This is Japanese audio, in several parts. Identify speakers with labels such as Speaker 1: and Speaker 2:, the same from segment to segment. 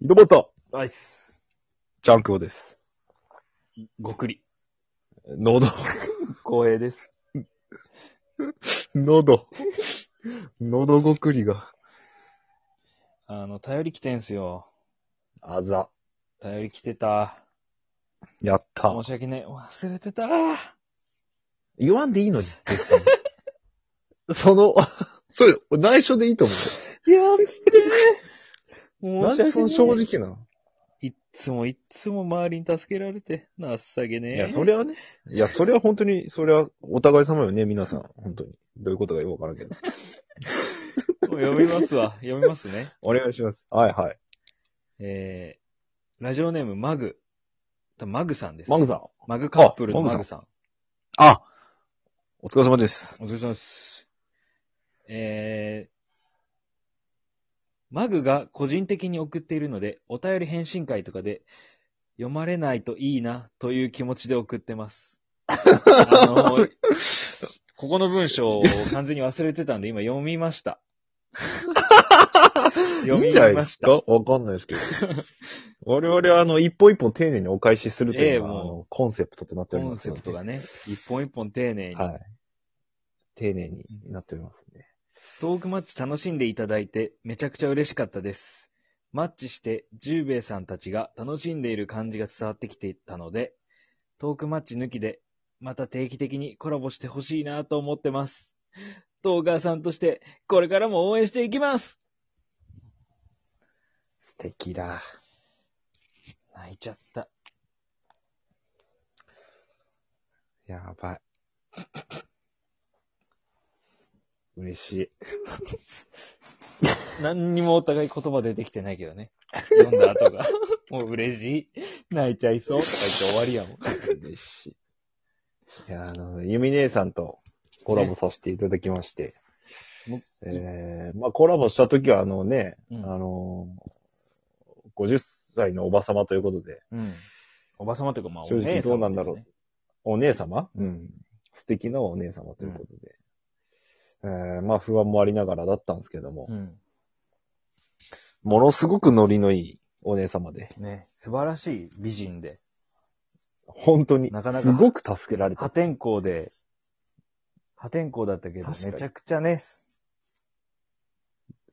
Speaker 1: 井戸端、
Speaker 2: ナイス。
Speaker 1: ちゃんくぼです。
Speaker 2: ごくり。
Speaker 1: 喉、
Speaker 2: 光栄です。
Speaker 1: 喉、喉ごくりが。
Speaker 2: あの、頼り来てんすよ。
Speaker 1: あざ。
Speaker 2: 頼り来てた。
Speaker 1: やった
Speaker 2: 申。し訳ない。忘れてた。
Speaker 1: 言わんでいいのに、別 にその、そうよ、内緒でいいと思
Speaker 2: やって
Speaker 1: う
Speaker 2: ー
Speaker 1: よ。なんでその正直なの
Speaker 2: いっつもいっつも周りに助けられて、情けねえ。
Speaker 1: いや、そりゃね。いや、それは本当に、それはお互い様よね、皆さん。本当に。どういうことかよくわからんけど。
Speaker 2: もう読みます わ。読みますね。
Speaker 1: お願いします。はいはい。
Speaker 2: えー、ラジオネームマグ。多分マグさんです、
Speaker 1: マグさん。
Speaker 2: マグカップルの
Speaker 1: あマ
Speaker 2: マ
Speaker 1: グ
Speaker 2: グ
Speaker 1: さ
Speaker 2: さん。
Speaker 1: あお疲れ様です。
Speaker 2: お疲れ様です。えー、マグが個人的に送っているので、お便り返信会とかで読まれないといいなという気持ちで送ってます。あの、ここの文章を完全に忘れてたんで今読みました。
Speaker 1: い
Speaker 2: 読
Speaker 1: いん
Speaker 2: み
Speaker 1: じゃないで
Speaker 2: ますし
Speaker 1: か
Speaker 2: た。
Speaker 1: わかんないです けど。我々は、あの、一歩一歩丁寧にお返しするというの
Speaker 2: ええ
Speaker 1: が、
Speaker 2: もう
Speaker 1: あのコンセプトとなって
Speaker 2: コ
Speaker 1: おりま
Speaker 2: ン
Speaker 1: す
Speaker 2: セ
Speaker 1: の
Speaker 2: プ
Speaker 1: で。
Speaker 2: トがね、一本一本丁寧に。
Speaker 1: はい。丁寧になっておりますね。
Speaker 2: トークマッチ楽しんでいただいてめちゃくちゃ嬉しかったです。マッチして十兵衛さんたちが楽しんでいる感じが伝わってきていたので、トークマッチ抜きでまた定期的にコラボしてほしいなと思ってます。トーカーさんとしてこれからも応援していきます
Speaker 1: 素敵だ。
Speaker 2: 泣いちゃった。
Speaker 1: やばい。嬉しい。
Speaker 2: 何にもお互い言葉出てきてないけどね。読んだ後が。もう嬉しい。泣いちゃいそうとか言って終わりやもん。
Speaker 1: 嬉しい。いや、あの、ユミ姉さんとコラボさせていただきまして。
Speaker 2: ね
Speaker 1: えー、まあコラボした時はあのね、
Speaker 2: うん
Speaker 1: あの、50歳のおば様ということで、
Speaker 2: うん。おばさまというかまあお
Speaker 1: 正直
Speaker 2: 姉さ
Speaker 1: どうなんだろう
Speaker 2: ですね
Speaker 1: お姉様うん。素敵なお姉様ということで。えー、まあ不安もありながらだったんですけども、
Speaker 2: うん。
Speaker 1: ものすごくノリのいいお姉様で、
Speaker 2: ね、素晴らしい美人で、
Speaker 1: 本当に、
Speaker 2: なかなか
Speaker 1: すごく助けられ
Speaker 2: 破
Speaker 1: た。
Speaker 2: 天荒で、破天荒だったけど、
Speaker 1: 確か
Speaker 2: め
Speaker 1: に
Speaker 2: ちゃくちゃね、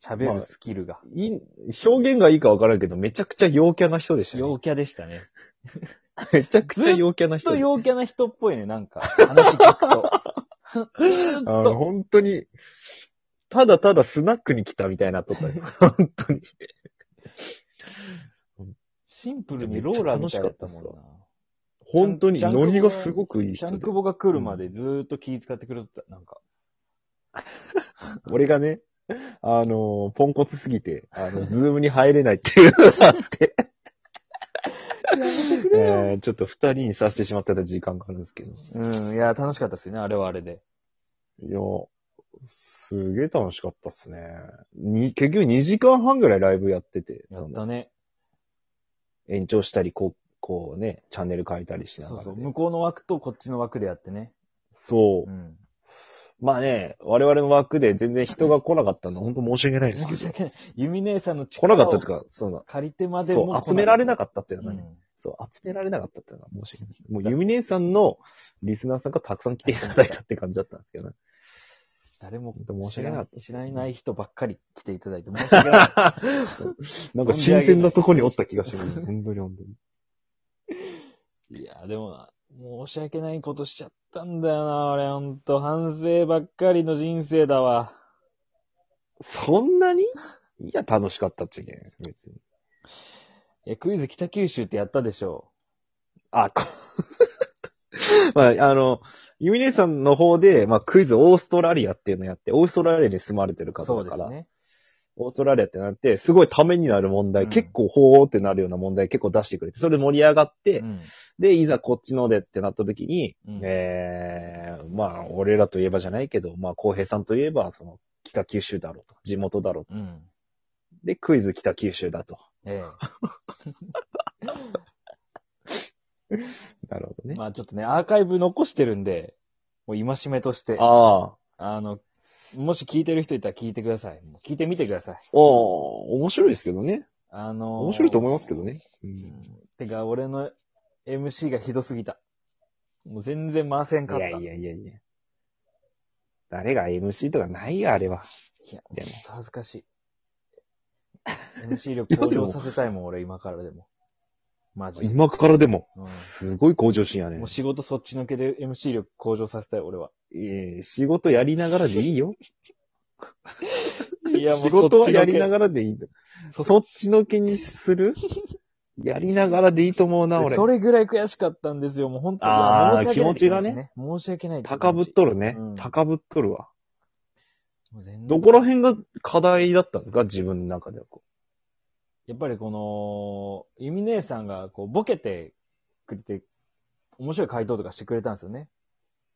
Speaker 2: 喋
Speaker 1: まあ
Speaker 2: るスキルが、
Speaker 1: いい表現がいいかわからんけど、めちゃくちゃ陽キャな人でした、ね
Speaker 2: 陽。キャでしたね。
Speaker 1: めちゃくちゃ陽キャな
Speaker 2: ずっ
Speaker 1: 人
Speaker 2: と
Speaker 1: で。
Speaker 2: 陽キャな人っぽいね、なんか、話聞 くと。ずっ
Speaker 1: あの、
Speaker 2: と。
Speaker 1: 本当に、ただただスナックに来たみたいなとこ本当に。
Speaker 2: シンプルにローラーみたいだったもん
Speaker 1: めっちゃ楽しか
Speaker 2: な。
Speaker 1: 本当に
Speaker 2: ちゃんちゃん
Speaker 1: ノ
Speaker 2: と
Speaker 1: リがすごくいい
Speaker 2: ちゃ
Speaker 1: 人
Speaker 2: ん
Speaker 1: で
Speaker 2: く。ぼが来るまでずーっと気使ってくれてた、なんか。
Speaker 1: 俺がね、あの、ポンコツすぎて、あ の、ズームに入れないっていうのがあって、
Speaker 2: やめてく
Speaker 1: えーちょっと二人にさせてしまってた時間があるんですけど。
Speaker 2: うん、いや、楽しかったですよね、あれはあれで。
Speaker 1: いや、すげえ楽しかったっすね。に、結局2時間半ぐらいライブやってて、
Speaker 2: やっ
Speaker 1: そ
Speaker 2: た
Speaker 1: の
Speaker 2: ね。
Speaker 1: 延長したり、こう、こうね、チャンネル変えたりしな
Speaker 2: そ
Speaker 1: が
Speaker 2: う
Speaker 1: ら
Speaker 2: そ
Speaker 1: で、
Speaker 2: う。向こうの枠とこっちの枠でやってね。
Speaker 1: そう
Speaker 2: う。ん。
Speaker 1: まあね、我々の枠で全然人が来なかったの、本当申し訳ないですけ
Speaker 2: 申し
Speaker 1: ど。
Speaker 2: 訳ない。ユミ姉さんの
Speaker 1: 来
Speaker 2: 力
Speaker 1: な
Speaker 2: を
Speaker 1: かったというか、その、
Speaker 2: 借り手までも
Speaker 1: そう、集められな
Speaker 2: かっ
Speaker 1: かったっていうの
Speaker 2: う
Speaker 1: はね、
Speaker 2: ん
Speaker 1: そう、集められなかったっていうのは申し訳 ない。もう、ユミ姉さんのリスナーさんがたくさん来ていただいたって感じだったんですけどね。
Speaker 2: 誰も
Speaker 1: 本当申し訳なかった。
Speaker 2: 知らない人ばっかり来ていただいて申し訳ない。
Speaker 1: なんか新鮮なとこにおった気がします。本当に本当に。
Speaker 2: いや、でも、申し訳ないことしちゃったんだよな、俺、ほんと。反省ばっかりの人生だわ。
Speaker 1: そんなにいや、楽しかったっちゃけん、別に。
Speaker 2: いや、クイズ北九州ってやったでしょ
Speaker 1: あ、こ まあ、あの、ユミネさんの方で、まあ、クイズオーストラリアっていうのやって、オーストラリアに住まれてる方
Speaker 2: そ
Speaker 1: だ
Speaker 2: うで
Speaker 1: か
Speaker 2: す
Speaker 1: ら、
Speaker 2: ね。
Speaker 1: オーストラリアってなって、すごいためになる問題、
Speaker 2: うん
Speaker 1: 結構ほーってなるような問題結構出してくれて、それで盛り上がって、
Speaker 2: うん。
Speaker 1: で、いざこっちのでってなった時に、
Speaker 2: うん
Speaker 1: えー、まあ、俺らといえばじゃないけど、まあ、浩平さんといえば、その、北九州だろうと、地元だろうと。
Speaker 2: うん。
Speaker 1: で、クイズ北九州だと。
Speaker 2: え
Speaker 1: なるほど
Speaker 2: え
Speaker 1: ね。。
Speaker 2: まあちょっとね、アーカイブ残してるんで、もう今しめとして、あ
Speaker 1: ああ。
Speaker 2: の、もし聞いてる人いたら聞いてください。もう聞いてみてください。
Speaker 1: ああ、面白いですけどね。
Speaker 2: あのー
Speaker 1: 面白いと思いますけどね。うん。
Speaker 2: てか、俺の MC がひどすぎた。もう全然回せんかった。
Speaker 1: やいやいや。誰が MC とかないよ、あれは。
Speaker 2: いや
Speaker 1: でも
Speaker 2: ちょっと恥ずかしい。MC 力向上させたいもん、俺今からでも。マジで。
Speaker 1: 今からでも、
Speaker 2: うん
Speaker 1: すごい向上心やね
Speaker 2: もう。仕事そっちのけで MC 力向上させたい、俺は。
Speaker 1: えー仕事やりながらでいいよ。
Speaker 2: いや、も
Speaker 1: 仕
Speaker 2: うそ
Speaker 1: 事
Speaker 2: っちのけ
Speaker 1: はやりながらでいいんだ。そっちのけにするやりながらでいいと思うな、
Speaker 2: で
Speaker 1: 俺。
Speaker 2: それぐらい悔しかったんですよ、もう本当に。
Speaker 1: あー
Speaker 2: いや申し訳な
Speaker 1: 気持
Speaker 2: い
Speaker 1: ちがね。
Speaker 2: 申し訳ないっていう
Speaker 1: 高
Speaker 2: 感
Speaker 1: ぶっ
Speaker 2: じ。
Speaker 1: とるね
Speaker 2: うん。
Speaker 1: 高ぶっとるわ。
Speaker 2: もう全然
Speaker 1: どこら辺が課題だったんですか自分の中ではこ
Speaker 2: やっぱりこの、ゆみ姉さんがこうボケてくれて、面白い回答とかしてくれたんですよね。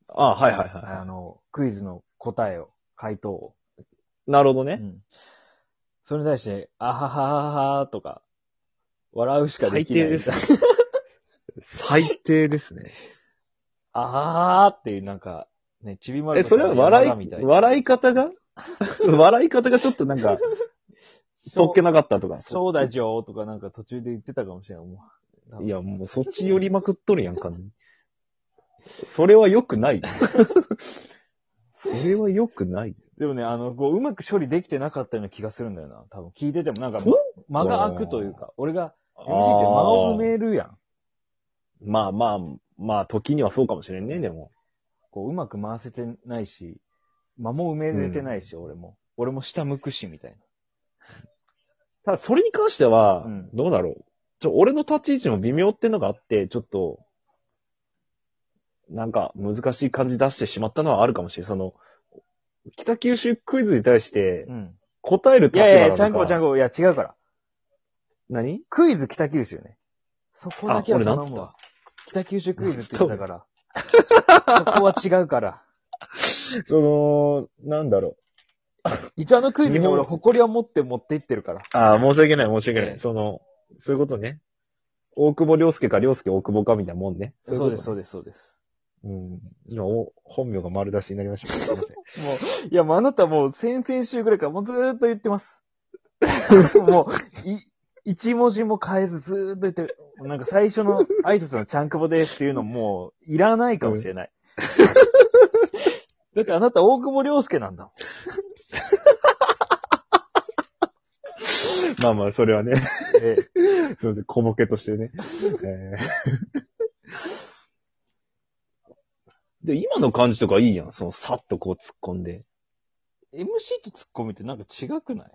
Speaker 1: う。ああ、はいはい
Speaker 2: あ
Speaker 1: は
Speaker 2: の、クイズの答えを、回答を。
Speaker 1: い。なるほど
Speaker 2: う
Speaker 1: ね。
Speaker 2: ん。それに対して、あははははとか、笑うしかで
Speaker 1: 最
Speaker 2: きない
Speaker 1: 低
Speaker 2: みたい
Speaker 1: で
Speaker 2: な。
Speaker 1: す。最低です ね。
Speaker 2: あははっていうなんか、ね、ちびまる
Speaker 1: え、
Speaker 2: 子
Speaker 1: それは笑
Speaker 2: 山田みた
Speaker 1: い、
Speaker 2: な
Speaker 1: 笑い方が笑い方がちょっとなんか、そっけなかったとか。
Speaker 2: そうだじょーとかなんか途中で言ってたかもしれない。もう
Speaker 1: いや、もうそっち寄りまくっとるやんか、それは良くない。 それは良くない。
Speaker 2: でもね、あの、こう、うまく処理できてなかったような気がするんだよな。多分聞いてても、なんか
Speaker 1: そう、
Speaker 2: 間が空くというか、俺が、
Speaker 1: あ
Speaker 2: MC って間を埋めるやん。
Speaker 1: まあまあ、まあ、時にはそうかもしれんね、でも。
Speaker 2: こう、うまく回せてないし、間も埋めれてないし、俺も。俺も下向くし、みたい
Speaker 1: ただ、それに関しては
Speaker 2: うん、
Speaker 1: どうだろう。ちょ、俺の立ち位置も微妙ってのがあって、ちょっと、なんか、難しい感じ出してしまったのはあるかもしれん。その、北九州クイズに対して
Speaker 2: な。、うん。
Speaker 1: 答える
Speaker 2: い
Speaker 1: 立場
Speaker 2: や
Speaker 1: ないのか
Speaker 2: やいや、ちゃんこちゃんこ、いや、違うから。
Speaker 1: 何
Speaker 2: クイズ北九州ね。そこだけは
Speaker 1: あ俺なんつっ
Speaker 2: 頼
Speaker 1: た
Speaker 2: むわ。北九州クイズって言ってたから。 そこは違うから。
Speaker 1: その、なんだろう。
Speaker 2: 一応あのクイズに
Speaker 1: 日
Speaker 2: 俺、
Speaker 1: 本
Speaker 2: 誇りを持って持って行ってるから。
Speaker 1: ああ、申し訳ない、申し訳な
Speaker 2: ええ
Speaker 1: い。その、そういうことね。大久保良介か良介大久保かみたいなもんね。
Speaker 2: そうで
Speaker 1: うい
Speaker 2: す、そう
Speaker 1: こ
Speaker 2: です、そうです。
Speaker 1: とね。うん。今、お本名が丸出しになりましたけど、すいません。
Speaker 2: もう、いや、もうあなたもう先々週ぐらいからもうずーっと言ってます。 もう、い、一文字も変えずずーっと言ってる。なんか最初の挨拶のちゃんくぼですっていうのもういらないかもしれ ない。だってあなた大久保良介なんだもん。
Speaker 1: まあまあ、それはね、
Speaker 2: ええ
Speaker 1: すいません、小ボケとしてね。えーで、今の感じとかいいやん。その、さっとこう突っ込んで。
Speaker 2: MC とツッコミってなんか違くない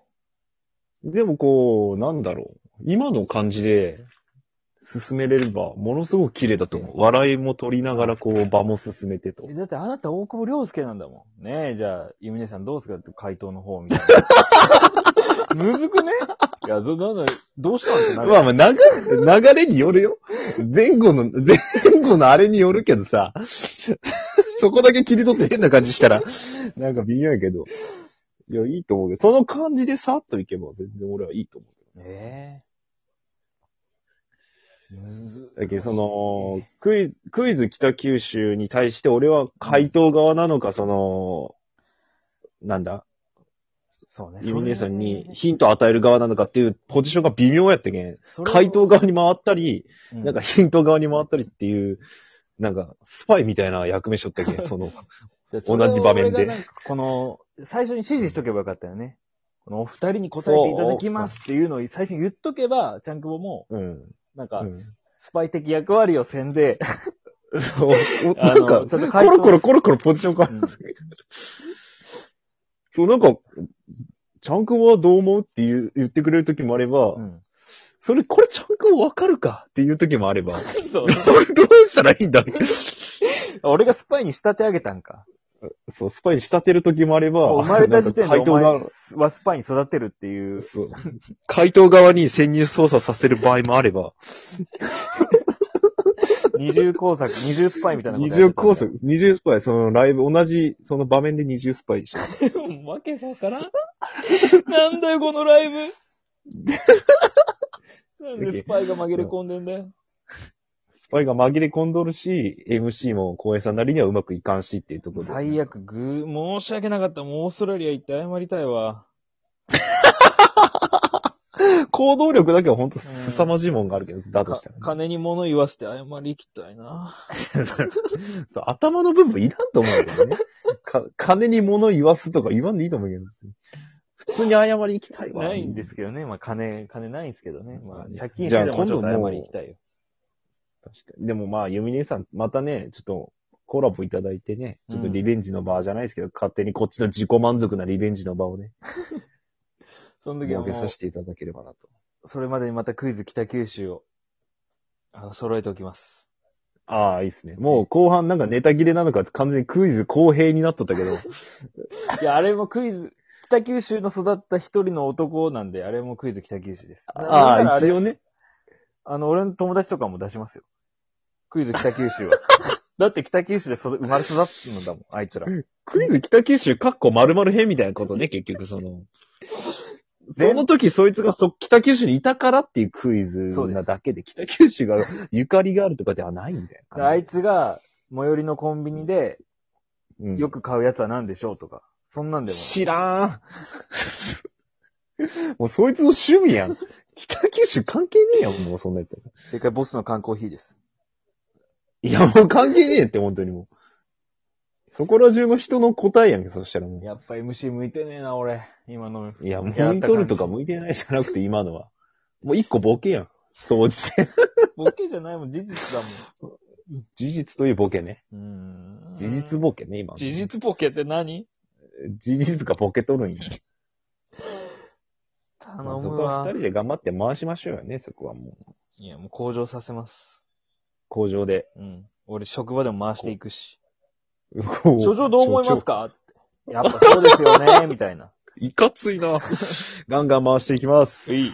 Speaker 1: でもこう、なんだろう。今の感じで、進めれれば、ものすごく綺麗だと思う。笑いも取りながら、こう、場も進めてと
Speaker 2: え。だってあなた大久保良介なんだもん。ねえ、じゃあ、ゆみねさんどうすかって回答の方みたい な。むずくねいや、そなんだ、どうしたんってなる。
Speaker 1: まあまあ、流れ、流れによるよ。前後の、前後のあれによるけどさ、 そこだけ切り取って変な感じしたら、なんか微妙やけど。いや、いいと思うけど、その感じでさっといけば全然俺はいいと思うけ
Speaker 2: ええむず
Speaker 1: ど。だけど、その、クイズ、クイズ北九州に対して俺は回答側なのか、その、なんだ、
Speaker 2: そうね。
Speaker 1: ユミネさんに
Speaker 2: そ
Speaker 1: ヒントを与える側なのかっていうポジションが微妙やったけん。
Speaker 2: れ
Speaker 1: 回答、側に回ったり、
Speaker 2: う
Speaker 1: なんか、ヒント側に回ったりっていう、なんか、スパイみたいな役目しとった けん、その、
Speaker 2: じゃあ
Speaker 1: 同じ場面で。
Speaker 2: それを俺がなんかこの、最初に指示しとけばよかったよね。このお二人に答えていただきますっていうのを最初に言っとけば、ちゃんくぼも、
Speaker 1: うん。
Speaker 2: なんか、
Speaker 1: うん
Speaker 2: スパイ的役割をせんで、
Speaker 1: そう、お
Speaker 2: あ
Speaker 1: な
Speaker 2: の
Speaker 1: んか、
Speaker 2: ちょっと
Speaker 1: コ
Speaker 2: 回答
Speaker 1: ロコロコロコロポジション変わる。そう、なんか、ちゃんくんはどう思うっていう言ってくれる時もあれば、
Speaker 2: うん。
Speaker 1: それ、これちゃんくんわかるかっていう時もあれ ば、
Speaker 2: そう。
Speaker 1: これどうしたらいいんだって。
Speaker 2: 俺がスパイに仕立て上げたんか。
Speaker 1: そう、スパイに仕立てる時もあれば、
Speaker 2: もう生まれた時点で
Speaker 1: なんか回
Speaker 2: お
Speaker 1: 答
Speaker 2: 前
Speaker 1: 側
Speaker 2: はスパイに育てるっていう。
Speaker 1: そう。回答側に潜入操作させる場合もあれば、
Speaker 2: 二重工作、二重スパイみたいなこと
Speaker 1: 二
Speaker 2: やってた
Speaker 1: 重
Speaker 2: んだ
Speaker 1: 工作、二重スパイ、そのライブ、同じ、その場面で二重スパイした。
Speaker 2: わけわからん。 なんだよ、このライブ。 なんでスパイが紛れ込んでんだよ。
Speaker 1: スパイが紛れ込んどるし、MC も光栄さんなりにはうまくいかんしっていうところで。
Speaker 2: 最悪、ぐー、申し訳なかった。もうオーストラリア行って謝りたいわ。
Speaker 1: 行動力だけは本当凄まじいもんがあるけど、だとしたらね、
Speaker 2: 金に物言わせて謝りきったいな。
Speaker 1: そう頭の部分いらんと思うけ どね。か金に物言わすとか言わんでいいと思うけど。普通に謝り行きたいわ。
Speaker 2: ないんですけどね。まあ、金、金ないんですけどね。まあ、借金
Speaker 1: じ
Speaker 2: し
Speaker 1: ゃあ
Speaker 2: てでもちょっと
Speaker 1: 今度も
Speaker 2: 謝
Speaker 1: う
Speaker 2: り行きたいよ。
Speaker 1: 確かに。でもまあ、ユミネさん、またね、ちょっとコラボいただいてね、ちょっとリベンジの場じゃないですけど、勝手にこっちの自己満足なリベンジの場をね、
Speaker 2: その時は
Speaker 1: 設け
Speaker 2: も
Speaker 1: さ
Speaker 2: う
Speaker 1: せ、ていただければなと。
Speaker 2: それまでにまたクイズ北九州を、あの、揃えておきます。
Speaker 1: ああ、いいですね。もう後半なんかネタ切れなのか完全にクイズ公平になっとったけど、
Speaker 2: いや、あれもクイズ、北九州の育った一人の男なんで、あれもクイズ北九州です。なんな
Speaker 1: あ
Speaker 2: ら
Speaker 1: あ、
Speaker 2: れ
Speaker 1: 一応ね。
Speaker 2: あの、俺の友達とかも出しますよ。クイズ北九 州は。だって北九州で育生まれ育つのだもん、あいつら。
Speaker 1: クイズ北九州かっこ丸々編みたいなこと ね、結局その。その時そいつがそ北九州にいたからっていうクイズ
Speaker 2: そうで
Speaker 1: な
Speaker 2: す
Speaker 1: だけで、北九州がゆかりがあるとかではないみたい
Speaker 2: で
Speaker 1: な。
Speaker 2: あいつが、最寄りのコンビニで、
Speaker 1: うん
Speaker 2: よく買うやつは何でしょうとか。そんなんでも。
Speaker 1: 知らん。 もうそいつの趣味やん。北九州関係ねえやん、もうそんなやつ。
Speaker 2: 正解、ボスの缶コーヒーです。
Speaker 1: いや、もう関係ねえって、本当にもう。そこら中の人の答えやんけ、そしたらもう。
Speaker 2: やっぱ MC 向いてねえな、俺。今の。
Speaker 1: いや、向いとるとか向いてないじゃなくて、今のは。もう一個ボケやん。そうじて。
Speaker 2: ボケじゃないもん、事実だ
Speaker 1: 事実というボケね。
Speaker 2: もん。
Speaker 1: 事実ボケね、今の。
Speaker 2: 事実ボケって何
Speaker 1: 事実がボケとるんや。
Speaker 2: 頼
Speaker 1: そ
Speaker 2: む
Speaker 1: こは
Speaker 2: わ
Speaker 1: 二。人で頑張って回しましょうよね、そこはもう。
Speaker 2: いや、もう向上させます。
Speaker 1: 工場で。
Speaker 2: うん。俺、職場でも回していくし。 所
Speaker 1: 所
Speaker 2: 長どう思い ますかやっぱそうですよね、みたいな。
Speaker 1: いかついな。ガンガン回していきます。
Speaker 2: い。